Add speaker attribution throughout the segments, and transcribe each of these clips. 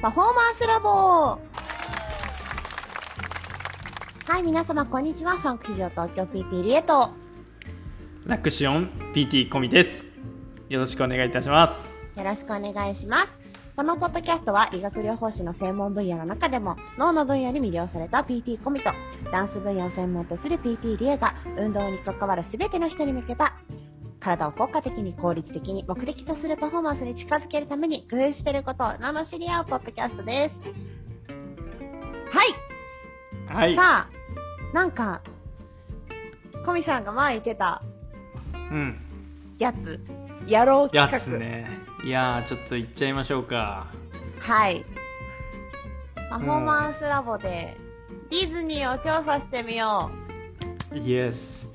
Speaker 1: パフォーマンスラボはい、皆様、こんにちは。ファンク市場東京 PP リエと。よ
Speaker 2: ラクシオン PT 込みです。よろしくお願いいたします。
Speaker 1: ろしくお願いします。このポッドキャストは医学療法士の専門分野の中でも脳の分野に魅了された PT コミとダンス分野を専門とする PT リエが運動に関わる全ての人に向けた体を効果的に効率的に目的とするパフォーマンスに近づけるために工夫していることを罵り合うポッドキャストです。はい
Speaker 2: はい。
Speaker 1: さあ、なんか、コミさんが前言ってた
Speaker 2: うん。
Speaker 1: やつ、やろう
Speaker 2: や
Speaker 1: 企画。
Speaker 2: つね。いやー、ちょっと行っちゃいましょうか。
Speaker 1: はい。パフォーマンスラボで、ディズニーを調査してみよ
Speaker 2: イエス。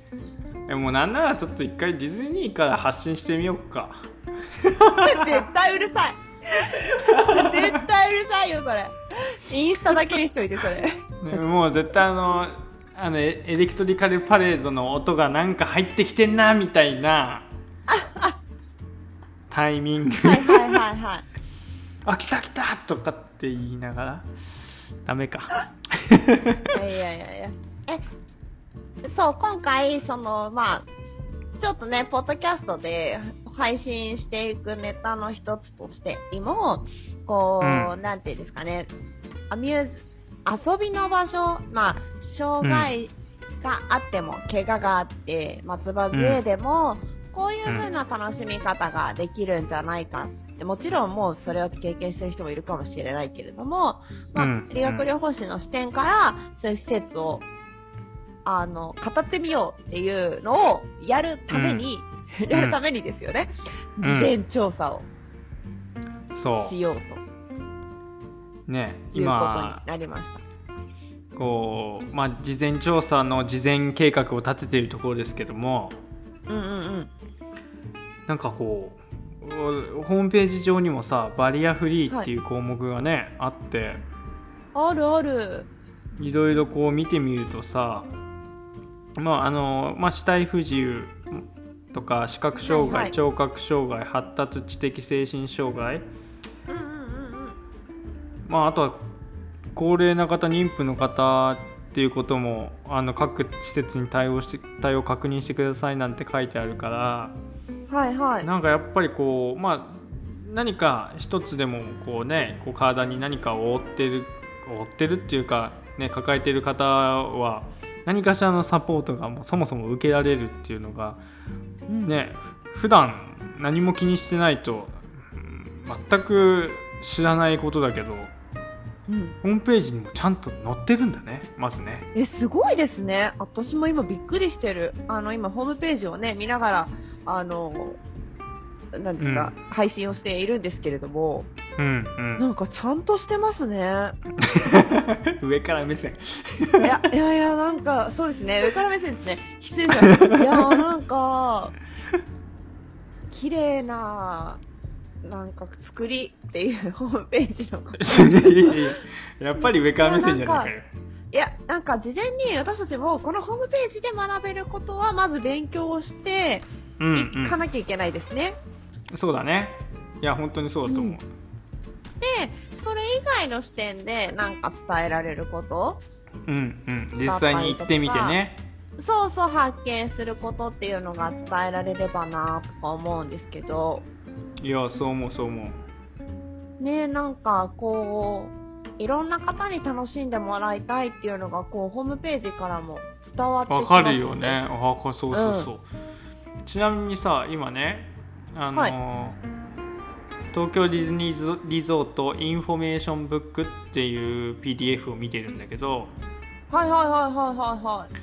Speaker 2: えもうなんならちょっと一回ディズニーから発信してみようか。
Speaker 1: う。絶対うるさい。絶対うるさいよ、それ。インスタだけにしといて、そ れ。
Speaker 2: ねもう絶対あの、あのエエレクトリカルパレードの音がなんか入ってきてんなみたいなタイ ミング
Speaker 1: はいはいはいはい。
Speaker 2: あ来た来たとかって言いながらダメか
Speaker 1: いやいやいやいや。え、そう、今回、その、まあ、ちょっとね、ポッドキャストで配信していくネタの一つとしても、こう、
Speaker 2: う
Speaker 1: なんていうんですかね、アミューズ、遊びの場所、まあ、障害があっても、怪我があって、松葉杖でも、こういう風な楽しみ方ができるんじゃないかって、もちろんもうそれを経験してる人もいるかもしれないけれども、まあ
Speaker 2: うん
Speaker 1: 理学療法士の視点から、そういう施設を、あの、語ってみようっていうのをやるために、
Speaker 2: ん
Speaker 1: やるためにですよね、
Speaker 2: うん
Speaker 1: 事前調査を
Speaker 2: そ
Speaker 1: しようと
Speaker 2: うね
Speaker 1: いうこと
Speaker 2: 今
Speaker 1: になりました。
Speaker 2: こう、まあ、事前調査の事前計画を立てているところですけども
Speaker 1: うんうん
Speaker 2: なんかこうおホームページ上にもさバリアフリーっていう項目がね、あって
Speaker 1: うん。あるある。
Speaker 2: いろいろこう見てみるとさまああの、まあ、死体不自由とか視覚障害、
Speaker 1: はいはい
Speaker 2: 聴覚障害発達知的精神障害、
Speaker 1: うんうんうんうん。
Speaker 2: まあ、あとは高齢な方妊婦の方っていうこともあの各施設に対応して対応確認してくださいなんて書いてあるから
Speaker 1: はいはい。
Speaker 2: なんかやっぱりこうまあ何か一つでもこうねこう体に何かを負ってる負ってるっていうかね抱えてる方は何かしらのサポートがもうそもそも受けられるっていうのが
Speaker 1: うん、
Speaker 2: ね普段何も気にしてないとうん全く知らないことだけど
Speaker 1: うん。
Speaker 2: ホームページにもちゃんと載ってるんだねまずね
Speaker 1: え、すごいですね。私も今びっくりしてる。あの、今ホームページをね、見ながら、あの、なんですか、配信をしているんですけれども、
Speaker 2: うん
Speaker 1: なんかちゃんとしてますね。
Speaker 2: うん上から目線
Speaker 1: いや、いやいや、なんか、そうですね。上から目線ですね。失礼しました。いやー、なんか、綺麗な、なんか作りっていうホームページの。
Speaker 2: いやいややっぱり上から目線じゃないかよ
Speaker 1: いや、なんか事前に私たちもこのホームページで学べることはまず勉強をして
Speaker 2: うん
Speaker 1: いか
Speaker 2: う
Speaker 1: なきゃいけないですね。
Speaker 2: んそうだねいや本当にそうだと思う
Speaker 1: で、それ以外の視点でなんか伝えられること、
Speaker 2: うんうん実際に行ってみてね
Speaker 1: そうそう発見することっていうのが伝えられればなとか思うんですけど、
Speaker 2: いやそう思うそう思う
Speaker 1: ねえなんかこういろんな方に楽しんでもらいたいっていうのがこうホームページからも伝わってきま
Speaker 2: わ
Speaker 1: す
Speaker 2: かるよねあこそうそうそう、ちなみにさ今ねあのー東京ディズニーゾリゾートインフォメーションブックっていう PDF を見てるんだけど
Speaker 1: はいはいはいはいはいはい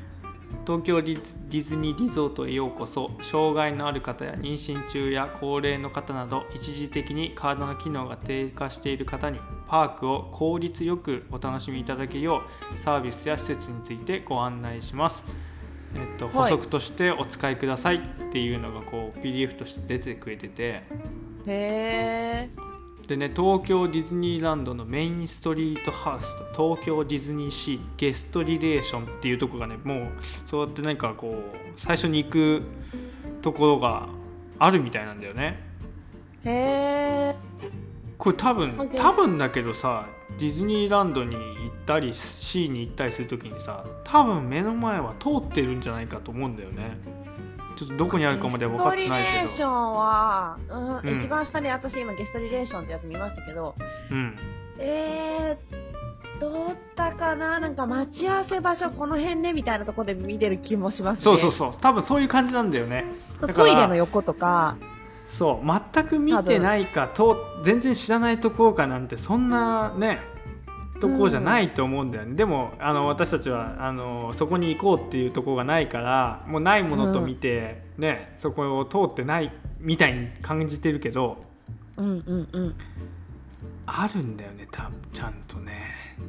Speaker 2: 東京ディズディズニーリゾートへようこそ障害のある方や妊娠中や高齢の方など一時的に体の機能が低下している方にパークを効率よくお楽しみいただけようサービスや施設についてご案内します、えっと、補
Speaker 1: はい
Speaker 2: 足としてお使いくださいっていうのがこう PDF として出てくれてて
Speaker 1: へえ
Speaker 2: でね東京ディズニーランドのメインストリートハウスと東京ディズニーシーゲストリレーションっていうとこがねもうそうやって何かこう最初に行くところがあるみたいなんだよね
Speaker 1: へえ
Speaker 2: これ多分
Speaker 1: 関係ない
Speaker 2: 多分だけどさディズニーランドに行ったりシーに行ったりするときにさ多分目の前は通ってるんじゃないかと思うんだよねちょっとどこにあるかまでは分かってない
Speaker 1: ゲストリレー
Speaker 2: け
Speaker 1: シ
Speaker 2: ど
Speaker 1: ョンは、うん
Speaker 2: うん
Speaker 1: 一番下に私今ゲストリレーションってやつ見ましたけど、
Speaker 2: うん
Speaker 1: えー、どうだったかななんか待ち合わせ場所この辺ねみたいなとこで見てる気もしますね。
Speaker 2: そうそうそう多分そういう感じなんだよねだから
Speaker 1: トイレの横とか、
Speaker 2: そう全く見てないかと全然知らないところかなんてそんなねとこじゃないと思うんだよね、でもあの私たちはあのそこに行こうっていうところがないからもうないものと見て、ねそこを通ってないみたいに感じてるけど
Speaker 1: うんうんうん。
Speaker 2: あるんだよねたちゃんとね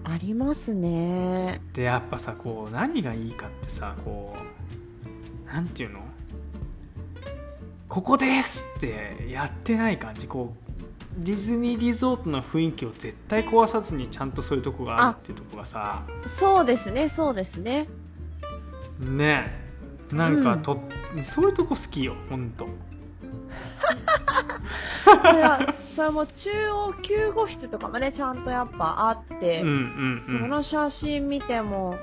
Speaker 1: ありますね。
Speaker 2: でやっぱさこう何がいいかってさこうなんていうのここですってやってない感じこうディズニーリゾートの雰囲気を絶対壊さずにちゃんとそういうとこがあるっていうとこがさ
Speaker 1: そうですね、そうですね。
Speaker 2: ねえなん
Speaker 1: う
Speaker 2: か
Speaker 1: ん
Speaker 2: と、そういうとこ好きよほんと
Speaker 1: それは、 それはもう中央救護室とかもね、ちゃんとやっぱあっ
Speaker 2: う
Speaker 1: て、
Speaker 2: んうん
Speaker 1: そ
Speaker 2: うん
Speaker 1: の写真見ても、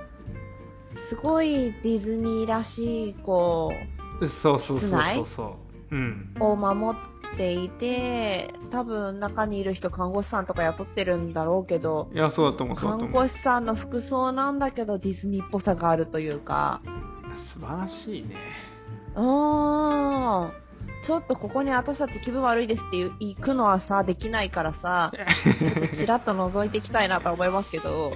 Speaker 1: すごいディズニーらしい、こう、
Speaker 2: そうそうそうそうそううん
Speaker 1: を守っていて多分中にいる人看護師さんとか雇ってるんだろうけど
Speaker 2: いやそうだと思うそうだと
Speaker 1: 看
Speaker 2: 思
Speaker 1: 護
Speaker 2: う
Speaker 1: 師さんの服装なんだけどディズニーっぽさがあるというか
Speaker 2: 素晴らしいね
Speaker 1: うーんちょっとここに私たち気分悪いですっていう行くのはさできないからさちょっとちらっと覗いていきたいなとは思いますけど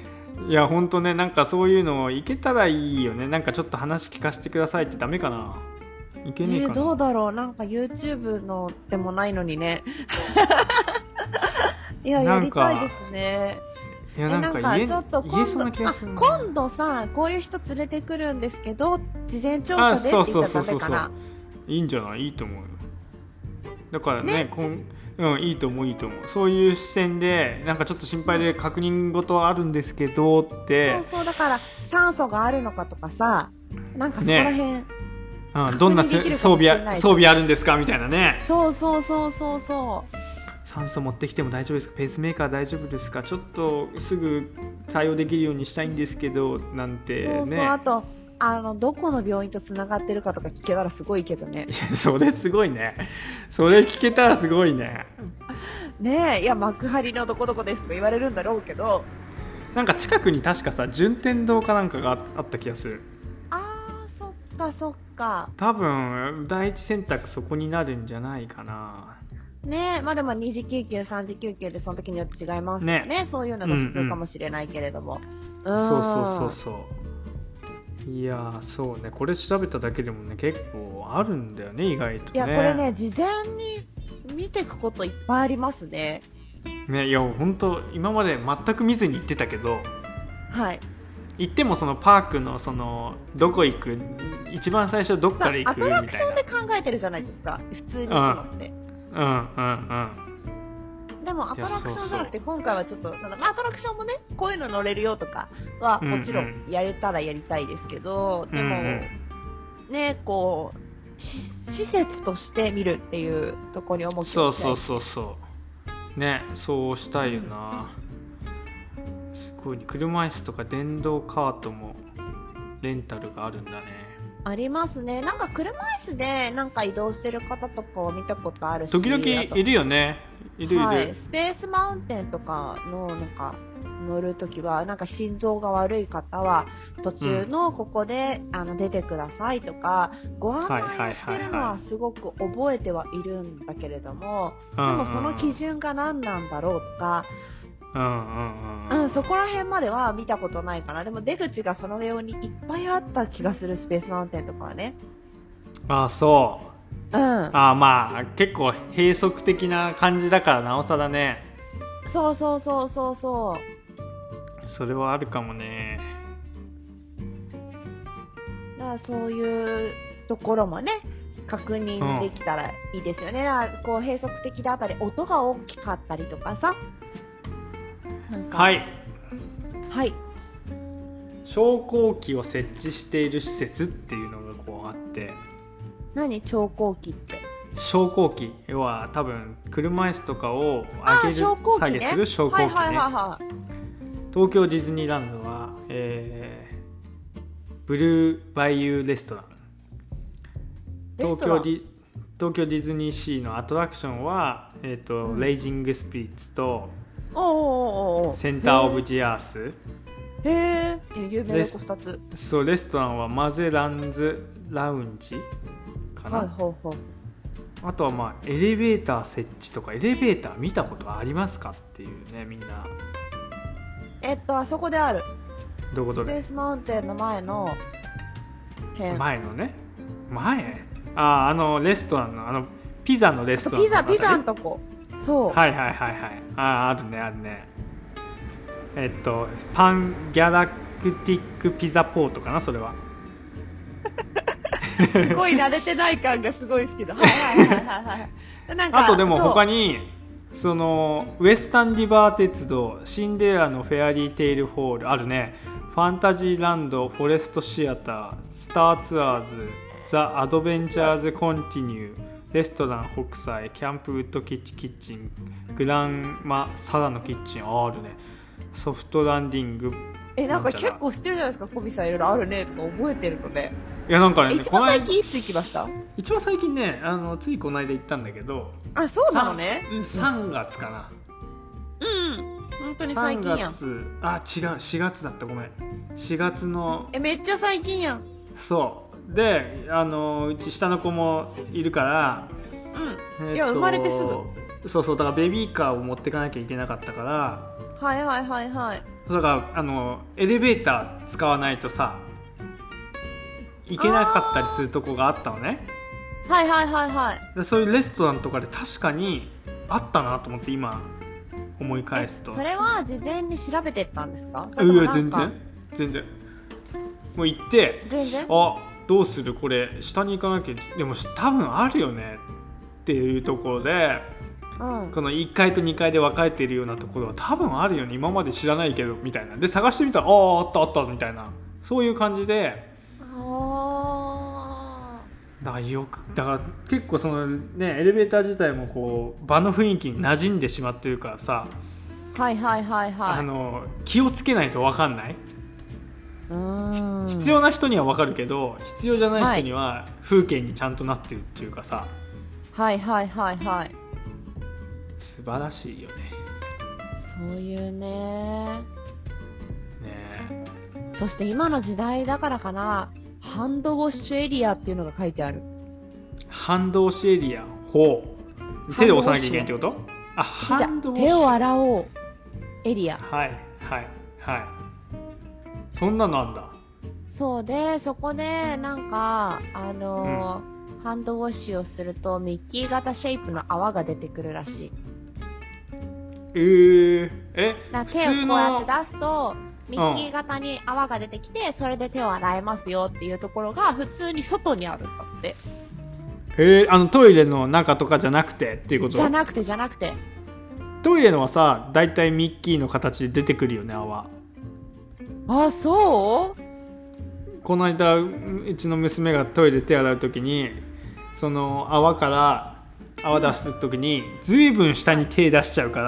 Speaker 2: いやほんとねなんかそういうのいけたらいいよねなんかちょっと話聞かせてくださいってダメかないけねえ
Speaker 1: ね
Speaker 2: かな、
Speaker 1: どうだろうなんか YouTube のでもないのにね いややりたいですね
Speaker 2: いや
Speaker 1: え
Speaker 2: なんか
Speaker 1: な
Speaker 2: 言え
Speaker 1: んかちょっと今度
Speaker 2: 言えそうな気がするな
Speaker 1: あ今度さこういう人連れてくるんですけど事前調査でって言ったらダメかない
Speaker 2: いんじゃないいいと思うよだからね
Speaker 1: ね
Speaker 2: こんうんいいと思ういいと思うそういう視点でなんかちょっと心配で確認事はあるんですけどって、
Speaker 1: そうそうだから酸素があるのかとかさなんかそこら辺、
Speaker 2: うん、どんな
Speaker 1: 確認でき
Speaker 2: せ
Speaker 1: るかも
Speaker 2: 装
Speaker 1: し
Speaker 2: 備
Speaker 1: れな
Speaker 2: あ
Speaker 1: い
Speaker 2: 装備あるんですかみたいなね
Speaker 1: そうそうそうそうそ
Speaker 2: 酸素持ってきても大丈夫ですかペースメーカー大丈夫ですかちょっとすぐ対応できるようにしたいんですけどなん
Speaker 1: う、
Speaker 2: てね
Speaker 1: そうそうあとあのどこの病院とつながってるかとか聞けたらすごいけど ね
Speaker 2: いや それすごいねそれ聞けたらすごいね
Speaker 1: ねえいや幕張のどこどこですとか言われるんだろうけど
Speaker 2: なんか近くに確かさ順天堂かなんかがああった気がする
Speaker 1: あーそっかそっか
Speaker 2: 多分第一選択そこになるんじゃないかな
Speaker 1: ねえまあでも2次救急3次救急でその時によって違いますよねそういうのが普通かもしれないけれども、うん
Speaker 2: そうそうそうそういやーそうねこれ調べただけでもね結構あるんだよね意外とね
Speaker 1: いや、これね、事前に見ていくこといっぱいありますね。
Speaker 2: ねいや本当今まで全く見ずに行ってたけど
Speaker 1: はい。
Speaker 2: 行ってもそのパークのそのどこ行く一番最初どっ
Speaker 1: さ
Speaker 2: から行
Speaker 1: ア
Speaker 2: く
Speaker 1: トラ
Speaker 2: み
Speaker 1: クシ
Speaker 2: た
Speaker 1: ョン
Speaker 2: い
Speaker 1: で考えてるじゃないですか、普通に行くのって。
Speaker 2: なうんうんうん
Speaker 1: でも、ア
Speaker 2: い
Speaker 1: ト
Speaker 2: や
Speaker 1: ラクションじゃなくて、今回はちょっと、ただまあ、アトラクションもね、こういうの乗れるよとかは、
Speaker 2: うんうん
Speaker 1: もちろんやれたらやりたいですけど、でも、
Speaker 2: うんうん
Speaker 1: ね、こう、し施設として見るっていうところに重き
Speaker 2: そ
Speaker 1: を
Speaker 2: う
Speaker 1: 置きた
Speaker 2: そ
Speaker 1: いう
Speaker 2: そうそうねそうしたいよな、すごいね車椅子とか電動カートもレンタルがあるんだね
Speaker 1: ありますね。なんか車椅子でなんか移動してる方とかを見たことあるし、
Speaker 2: 時々
Speaker 1: あと
Speaker 2: いるよねいるいる、
Speaker 1: はい、スペースマウンテンとかのなんか乗るときはなんか心臓が悪い方は途中のここで、あの出てくださいとかご案内をしてるの
Speaker 2: はいはいはいは
Speaker 1: はすごく覚えてはいるんだけれども、
Speaker 2: うんう
Speaker 1: で
Speaker 2: ん
Speaker 1: もその基準が何なんだろうとか、
Speaker 2: うんうんうん
Speaker 1: うん、そこら辺までは見たことないかなでも出口がそのようにいっぱいあった気がするスペースマウンテンとかはね。
Speaker 2: ああそう
Speaker 1: うん、
Speaker 2: ああまあ結構閉塞的な感じだからなおさらね
Speaker 1: そうそうそうそうそう。
Speaker 2: それはあるかもね
Speaker 1: だからそういうところもね確認できたらいいですよね、だからこう閉塞的だったり音が大きかったりとかさなんか
Speaker 2: はい
Speaker 1: はい
Speaker 2: 昇降機を設置している施設っていうのがこうあって
Speaker 1: 何調光器って
Speaker 2: 昇降機要は多分車椅子とかを上げる、
Speaker 1: あー昇降機
Speaker 2: 下
Speaker 1: ね
Speaker 2: げする昇降機
Speaker 1: は
Speaker 2: ね、
Speaker 1: いはいはいはい
Speaker 2: 東京ディズニーランドは、えーブルーバイユーレストラン
Speaker 1: レス
Speaker 2: 東
Speaker 1: トラ
Speaker 2: 京
Speaker 1: ン
Speaker 2: ディ東京ディズニーシーのアトラクションは、えーと
Speaker 1: うん
Speaker 2: レイジングスピリッツと
Speaker 1: おおおお
Speaker 2: センター・オブ・ジ・アース
Speaker 1: へえ有名な子2つ
Speaker 2: そうレストランはマゼランズ・ラウンジかな、
Speaker 1: はいほうほう
Speaker 2: あとはまあエレベーター設置とかエレベーター見たことありますかっていうねみんな
Speaker 1: えっとあそこである
Speaker 2: どういうこと
Speaker 1: スペ
Speaker 2: で
Speaker 1: ースマウンテンの前の辺
Speaker 2: 前のね前あああのレストランのあのピザのレストラン
Speaker 1: ピ
Speaker 2: の
Speaker 1: ザ
Speaker 2: あたり
Speaker 1: ピザのとこそう、
Speaker 2: はいはいはいはいあああるねあるねえっとパンギャラクティックピザポートかなそれは
Speaker 1: すごい慣れてない感がすごい好き だはいはいはいはいはいでなんか
Speaker 2: あとでも
Speaker 1: そう
Speaker 2: 他にそのウエスタンリバー鉄道シンデレラのフェアリーテイルホールあるねファンタジーランドフォレストシアタースターツアーズザ・アドベンチャーズ・コンティニューレストラン北斎キャンプウッドキッチキッチングランマサラのキッチンああるねソフトランディング
Speaker 1: えなんか
Speaker 2: なんちゃら
Speaker 1: 結構知ってるじゃないですかコビさんいろいろあるねとか覚えてるので、
Speaker 2: いやなんかね
Speaker 1: 一番最近いつ行きました
Speaker 2: 一番最近ねあのついこの間行ったんだけど
Speaker 1: あそうなのね
Speaker 2: 3月かな
Speaker 1: うん本当に最
Speaker 2: 3
Speaker 1: 近やん
Speaker 2: 月あ違う4月だったごめん4月の
Speaker 1: えめっちゃ最近やん
Speaker 2: そうであのうち下の子もいるから、
Speaker 1: う
Speaker 2: えっと
Speaker 1: いや生まれて
Speaker 2: そうそうだからベビーカーを持ってかなきゃいけなかったから
Speaker 1: んはいはいはいはい
Speaker 2: そうだからあのエレベーター使わないとさ行けなかったりするとこがあったのね
Speaker 1: はいはいはいはい
Speaker 2: でそういうレストランとかで確かにあったなと思って今思い返すと
Speaker 1: えそれは事前に調べてったんですかそれともな
Speaker 2: い
Speaker 1: ん
Speaker 2: や
Speaker 1: か
Speaker 2: 全然全然もう行って
Speaker 1: 全然
Speaker 2: あどうするこれ下に行かなきゃでもし多分あるよねっていうところで
Speaker 1: うん
Speaker 2: この1階と2階で分かれているようなところは多分あるよね今まで知らないけどみたいなで探してみたらあああったあったみたいなそういう感じで
Speaker 1: あ
Speaker 2: だからよくだから結構そのねエレベーター自体もこう場の雰囲気に馴染んでしまってるからさ、
Speaker 1: ーはいはいはいはい
Speaker 2: あの気をつけないと分かんない、
Speaker 1: の
Speaker 2: 必要な人には分かるけど必要じゃない人には風景にちゃんとなってるっていうかさ、
Speaker 1: はいはいはいはい
Speaker 2: 素晴らしいよね
Speaker 1: そういうね
Speaker 2: ね
Speaker 1: そして今の時代だからかなハンドウォッシュエリアっていうのが書いてある
Speaker 2: えハンドウォッシュエリアほう手で押さなきゃいけないってことあハンドウォッシ
Speaker 1: 手を
Speaker 2: ュ
Speaker 1: 洗おうエリア
Speaker 2: はいはいはいそんなのあんだ
Speaker 1: そうでそこでなんかあのーハンドウォッシュをするとミッキー型シェイプの泡が出てくるらしい
Speaker 2: えー、え
Speaker 1: だ
Speaker 2: 普
Speaker 1: から手をこ
Speaker 2: 通
Speaker 1: うや
Speaker 2: の
Speaker 1: って出すとミッキー型に泡が出てきて、それで手を洗えますよっていうところが普通に外にあるんだって
Speaker 2: えーあのトイレの中とかじゃなくてっていうこ
Speaker 1: じゃ
Speaker 2: と
Speaker 1: なくてじゃなくて
Speaker 2: トイレのはさだいたいミッキーの形で出てくるよね泡
Speaker 1: あそう
Speaker 2: この間うちの娘がトイレ手洗う時にその泡から泡出す時にずいぶん下に手出しちゃうか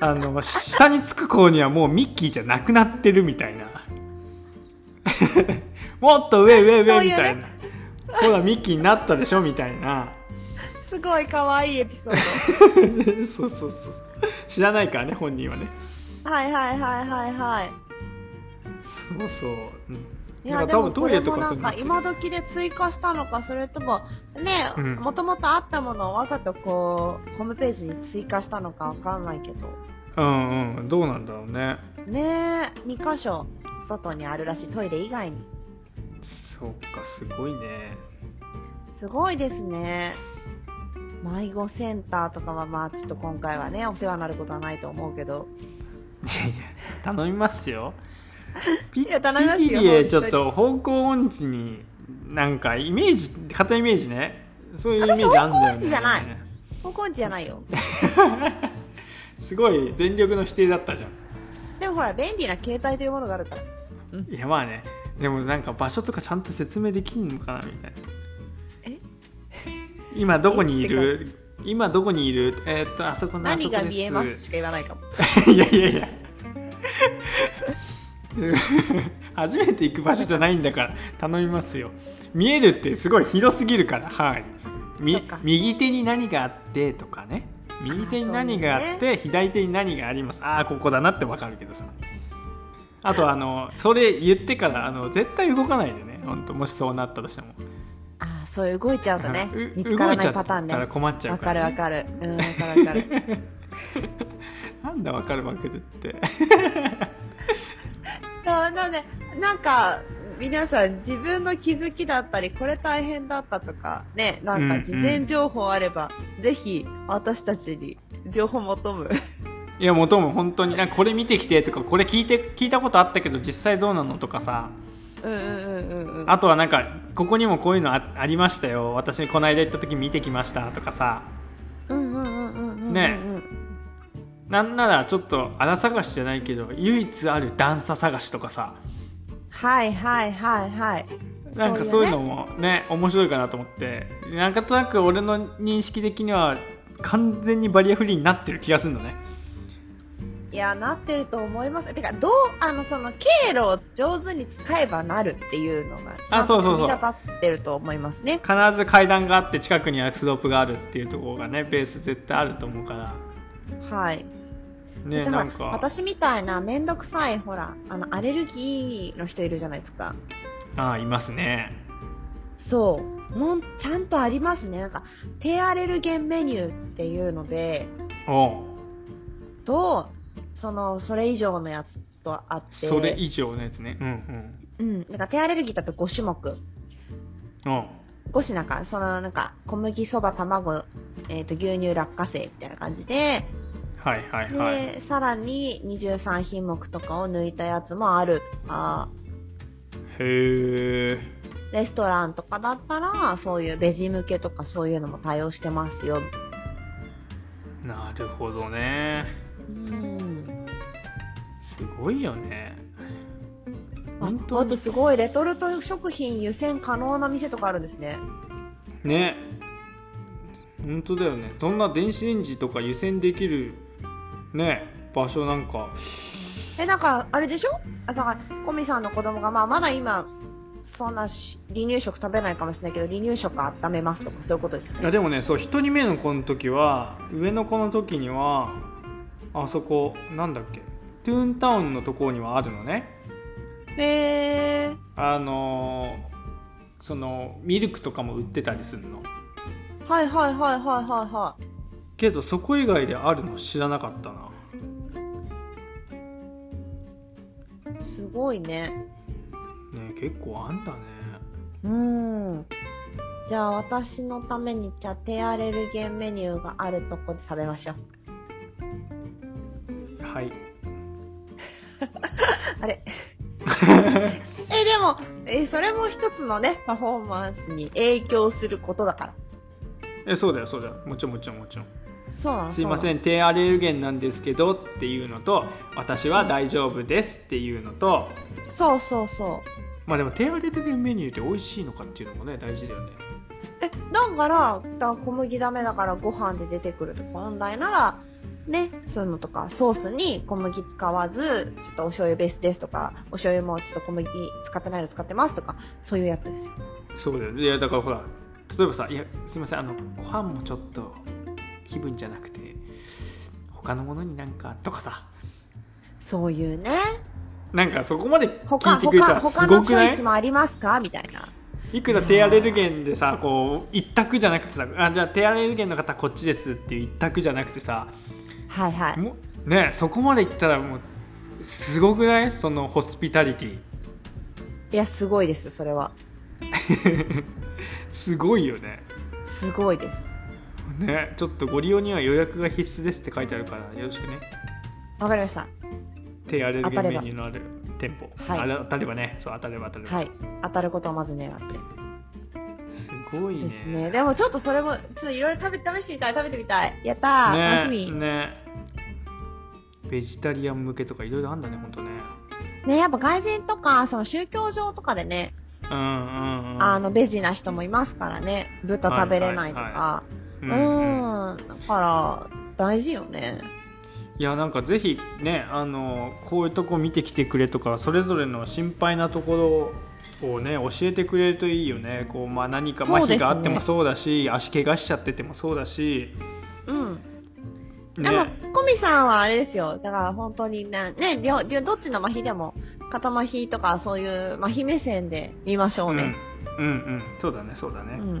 Speaker 2: らあの下につく頃にはもうミッキーじゃなくなってるみたいな もっと上上上みたいなほらミッキーになったでしょみたいな
Speaker 1: すごい可愛いエピソー
Speaker 2: そうそうそう知らないからね本人はね
Speaker 1: ド はいはいはいはいはい
Speaker 2: そうそう、うん
Speaker 1: い
Speaker 2: な
Speaker 1: や
Speaker 2: んか
Speaker 1: でも
Speaker 2: 多分
Speaker 1: こ
Speaker 2: トイレ
Speaker 1: れ
Speaker 2: と
Speaker 1: も
Speaker 2: か
Speaker 1: な
Speaker 2: そうん
Speaker 1: か今時で追加したのかそれともね
Speaker 2: うん
Speaker 1: もともとあったものをわざとこうホームページに追加したのかわかんないけど
Speaker 2: うんうんどうなんだろうね
Speaker 1: ねえ2箇所外にあるらしいトイレ以外に
Speaker 2: そっかすごいね
Speaker 1: すごいですね迷子センターとかはまあちょっと今回はねお世話になることはないと思うけど
Speaker 2: いやいや頼みますよ。ピ
Speaker 1: いや頼みますよ
Speaker 2: ピティエ
Speaker 1: 本
Speaker 2: ち
Speaker 1: 当
Speaker 2: ょ
Speaker 1: に
Speaker 2: っと方向音痴になんかイメージ勝手なイメージねそういうイメージあんだ
Speaker 1: 方向音
Speaker 2: よ
Speaker 1: 痴じゃない
Speaker 2: ね。
Speaker 1: 高校じゃない よ
Speaker 2: すごい全力の否定だったじゃん。
Speaker 1: でもほら便利な携帯というものがあるから
Speaker 2: いやまあねでもなんか場所とかちゃんと説明できんのかなみたいな。
Speaker 1: え
Speaker 2: 今どこにいる今どこにいるえーっとあそこのあそ
Speaker 1: 何
Speaker 2: こ
Speaker 1: が
Speaker 2: です
Speaker 1: 見えますしか言わ ないかも。
Speaker 2: いやいやい や初めて行く場所じゃないんだから頼みますよ見えるってすごいひどすぎるからはいみ
Speaker 1: そっか
Speaker 2: 右手に何があってとかね右手に何があって左手に何がありますああここだなってわかるけどさあとあのそれ言ってからあの絶対動かないでねほんともしそうなったとしても、
Speaker 1: ああ、そう動いちゃうとね
Speaker 2: う、
Speaker 1: 見つか
Speaker 2: 動
Speaker 1: ら
Speaker 2: い
Speaker 1: な
Speaker 2: ちゃ
Speaker 1: いパター
Speaker 2: っ
Speaker 1: ン
Speaker 2: たら
Speaker 1: ね。
Speaker 2: 困っちゃ
Speaker 1: わ
Speaker 2: う
Speaker 1: か
Speaker 2: か
Speaker 1: る
Speaker 2: ら、
Speaker 1: わ
Speaker 2: ね、
Speaker 1: かる。うん、わかるわかる。
Speaker 2: なんだわかるわけるって
Speaker 1: そうなんでなんか皆さん自分の気づきだったりこれ大変だったとかねなん
Speaker 2: うんうん
Speaker 1: か事前情報あれば、ぜひ私たちに情報求む
Speaker 2: いやもうトム本当になんかこれ見てきてとかこれ聞いて聞いたことあったけど実際どうなのとかさ
Speaker 1: うんうんうんうんうん
Speaker 2: あとはなんかここにもこういうのあありましたよ私この間行った時見てきましたとかさ
Speaker 1: うんうんうんうんうんうん
Speaker 2: ねなんならちょっと穴探しじゃないけど唯一ある段差探しとかさ
Speaker 1: はいはいはいはい
Speaker 2: なんかそ
Speaker 1: そうう
Speaker 2: い
Speaker 1: いううね
Speaker 2: のもね面白いかなと思ってなんとなく俺の認識的には完全にバリアフリーになってる気がするのね
Speaker 1: いやなってると思いますてかどうあのその経路を上手に使えばなるっていうのが
Speaker 2: あそうそうそう
Speaker 1: 立ってると思いますね
Speaker 2: 必ず階段があって近くにアスロープがあるっていうところがねベース絶対あると思うから
Speaker 1: はいで
Speaker 2: ね
Speaker 1: も
Speaker 2: なんか
Speaker 1: 私みたいなめんどくさいほらあのアレルギーの人いるじゃないですか
Speaker 2: ああいますね
Speaker 1: そうもんちゃんとありますねなんか低アレルゲンメニューっていうので
Speaker 2: おう
Speaker 1: とそのそれ以上のやつとあって
Speaker 2: それ以上のやつねうん
Speaker 1: うんなんか低アレルギーだと5種目
Speaker 2: うんおう
Speaker 1: 5品かそのなんか小麦そば卵、えー、と牛乳落花生みたいな感じで
Speaker 2: はいはい
Speaker 1: で、
Speaker 2: はい
Speaker 1: さらに23品目とかを抜いたやつもあるあー
Speaker 2: へえ
Speaker 1: レストランとかだったらそういうベジ向けとかそういうのも対応してますよ
Speaker 2: なるほどね
Speaker 1: うん
Speaker 2: すごいよね
Speaker 1: あ
Speaker 2: 本
Speaker 1: あ
Speaker 2: 当
Speaker 1: と
Speaker 2: に
Speaker 1: すごいレトルト食品湯煎可能な店とかあるんですね
Speaker 2: ね本当だよねそんな電子レンジとか湯煎できるね場所なんか
Speaker 1: えなんかあれでしょあだからコミさんの子供がまあまだ今そんなし離乳食食べないかもしれないけど離乳食温めますとかそういうことですよ
Speaker 2: い
Speaker 1: ね
Speaker 2: やでもねそう1人目の子の時は上の子の時にはあそこなんだっけトゥーンタウンのところにはあるのね
Speaker 1: へえ
Speaker 2: あのーそのミルクとかも売ってたりするの
Speaker 1: ー、はいはいはいはいはいはい
Speaker 2: けどそこ以外であるの知らなかったな
Speaker 1: すごいね
Speaker 2: ね結構あんだね
Speaker 1: うんじゃあ私のためにじゃあ低アレルゲンメニューがあるとこで食べましょう
Speaker 2: はい
Speaker 1: あれえでもえそれも一つのねパフォーマンスに影響することだから
Speaker 2: えそうだよそうだよもちろんもちろんもちろん
Speaker 1: そうなの
Speaker 2: すいませ
Speaker 1: ん
Speaker 2: ん低アレルゲンなんですけどっていうのと私は大丈夫ですっていうのと
Speaker 1: そうそうそう
Speaker 2: まあでも低アレルゲンメニューって美味しいのかっていうのもね大事だよね
Speaker 1: えだからだ小麦ダメだからご飯で出てくるとか本来ならねそういうのとかソースに小麦使わずちょっとお醤油ベースですとかお醤油もちょっと小麦使ってないの使ってますとかそういうやつですよ
Speaker 2: そうだよねいやだからほら例えばさ「いやすいませんあのご飯もちょっと気分じゃなくて他のものになんか」とかさ
Speaker 1: そういうね
Speaker 2: なんかそこまで聞
Speaker 1: 他
Speaker 2: いてくれた
Speaker 1: 他
Speaker 2: らす
Speaker 1: 他
Speaker 2: ご
Speaker 1: の
Speaker 2: く
Speaker 1: チ
Speaker 2: な
Speaker 1: ョイ
Speaker 2: い
Speaker 1: スもありますかみたいない
Speaker 2: くら低アレルゲンでさこう一択じゃなくてさあじゃあ低アレルゲンの方こっちですっていう一択じゃなくてさ
Speaker 1: はいはい
Speaker 2: もうねそこまでいったらもうすごくないそのホスピタリティ
Speaker 1: いやすごいですそれは
Speaker 2: すごいよね
Speaker 1: すごいです
Speaker 2: ねちょっとご利用には予約が必須ですって書いてあるからよろしくね
Speaker 1: わかりました
Speaker 2: 低アレルゲンメニューのある店舗、
Speaker 1: はい
Speaker 2: あれ当たればねそう当たれば当たれば、
Speaker 1: はい当たることをまず狙って
Speaker 2: すごい
Speaker 1: で
Speaker 2: ね
Speaker 1: すねでもちょっとそれもちょっといろいろ食べ試してみたい食べてみたいやったー、楽しみ
Speaker 2: ねねベジタリアン向けとかいろいろあんだねほんとね
Speaker 1: ね、やっぱ外人とか、その宗教上とかでね、
Speaker 2: うんうんうん
Speaker 1: あのベジな人もいますからね豚食べれないとか、
Speaker 2: うんうん
Speaker 1: うんだから大事よね
Speaker 2: いやなんかぜひねあのこういうとこ見てきてくれとかそれぞれの心配なところをね教えてくれるといいよねこう、まあ、何か
Speaker 1: そうですね
Speaker 2: 麻痺があってもそうだし足怪我しちゃっててもそうだし、
Speaker 1: うんでも
Speaker 2: ね、、
Speaker 1: コミさんはあれですよ。だから本当にね、ね、両両どっちの麻痺でも、肩麻痺とかそういう麻痺目線で見ましょ
Speaker 2: う、
Speaker 1: うん
Speaker 2: うん
Speaker 1: ね。
Speaker 2: うんそうだねそうだ
Speaker 1: う
Speaker 2: ね、
Speaker 1: ん。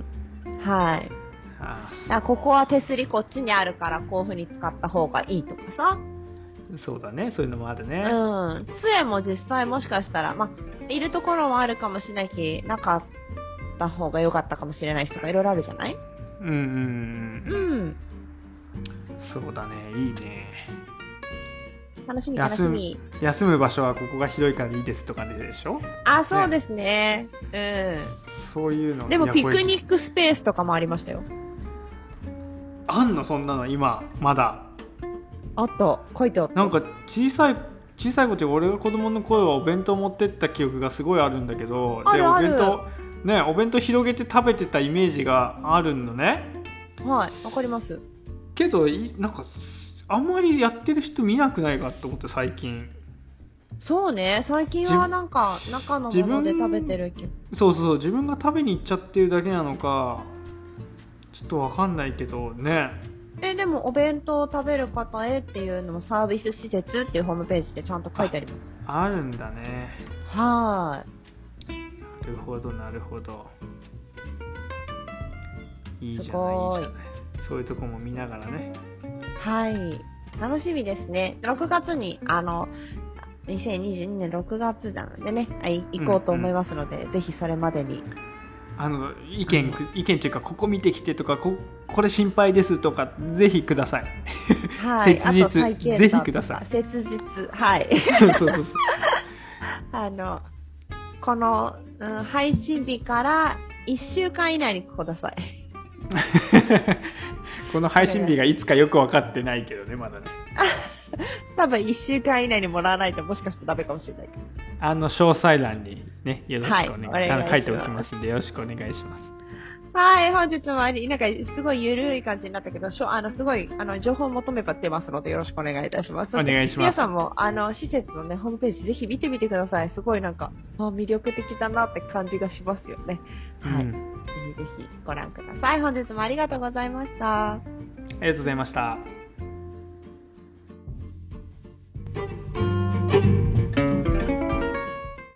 Speaker 1: はい。
Speaker 2: あー
Speaker 1: だからここは手すりこっちにあるから、こういう風に使った方がいいとかさ。
Speaker 2: そうだねそういうのもある
Speaker 1: う
Speaker 2: ね、
Speaker 1: ん。杖も実際もしかしたら、まあ、いるところもあるかもしれないし、なかった方が良かったかもしれないしとか、いろいろあるじゃない
Speaker 2: うん、うんうん
Speaker 1: う
Speaker 2: うん
Speaker 1: ん。
Speaker 2: そうだねいいね
Speaker 1: 楽しみ、楽し
Speaker 2: 休む
Speaker 1: み。
Speaker 2: 休む場所はここが広いからいいですとかでしょ
Speaker 1: あ、そうですね。
Speaker 2: そういう
Speaker 1: う
Speaker 2: の
Speaker 1: ん。でも、ピク
Speaker 2: ック
Speaker 1: ニックスペースとかもありましたよ。
Speaker 2: あんのそんなの今まだ
Speaker 1: あと、書いてあった。
Speaker 2: なんか小さい小さい子っていうか俺が子供の頃はお弁当持ってった記憶がすごいあるんだけど
Speaker 1: あるある
Speaker 2: でお弁当ねお弁当広げて食べてたイメージがあるのね
Speaker 1: はい、わかります。
Speaker 2: けどいなんかすあんまりやってる人見なくないかって思って最近
Speaker 1: そうね、最近はなんか中のもので食べてるけど。
Speaker 2: そうそうそう自分が食べに行っちゃってるだけなのかちょっとわかんないけどね
Speaker 1: え、でもお弁当を食べる方へっていうのもサービス施設っていうホームページでちゃんと書いてあります。
Speaker 2: あるんだね
Speaker 1: は
Speaker 2: なるほどなるほどいいじ
Speaker 1: す
Speaker 2: ゃないいい
Speaker 1: ご
Speaker 2: じ
Speaker 1: い
Speaker 2: ゃないそういうとこも見ながらね
Speaker 1: ーい。はい。楽しみですね。6月に、あの、2022年6月なのでね、はい行こうと思いますので、ぜひそれまでに。
Speaker 2: あの意見く意見というかここ見てきてとかここれ心配ですとかぜひく ださい
Speaker 1: はい。
Speaker 2: 切実
Speaker 1: あと体験談
Speaker 2: ぜひください
Speaker 1: 切実。はい。
Speaker 2: そうそう そう
Speaker 1: あの、この、うん、配信日から1週間以内にください。
Speaker 2: この配信日がいつかよく分かってないけどねまだね
Speaker 1: 多分1週間以内にもらわないともしかしたらダメかもしれないけど
Speaker 2: あの詳細欄にねよろしくお願い,、
Speaker 1: はいお願いします
Speaker 2: あの書いておきますんでよろしくお願いします
Speaker 1: はい、本日もあり、なんかすごい緩い感じになったけど、しょあのすごいあの情報を求めば出ますのでよろしくお願いいたします。
Speaker 2: お願いしま
Speaker 1: 皆
Speaker 2: す
Speaker 1: さんもあの施設のねホームページぜひ見てみてください。すごいなんかあ魅力的だなって感じがしますよね。はい、
Speaker 2: うん
Speaker 1: ぜひぜひご覧ください。本日もありがとうございました。
Speaker 2: ありがとうございました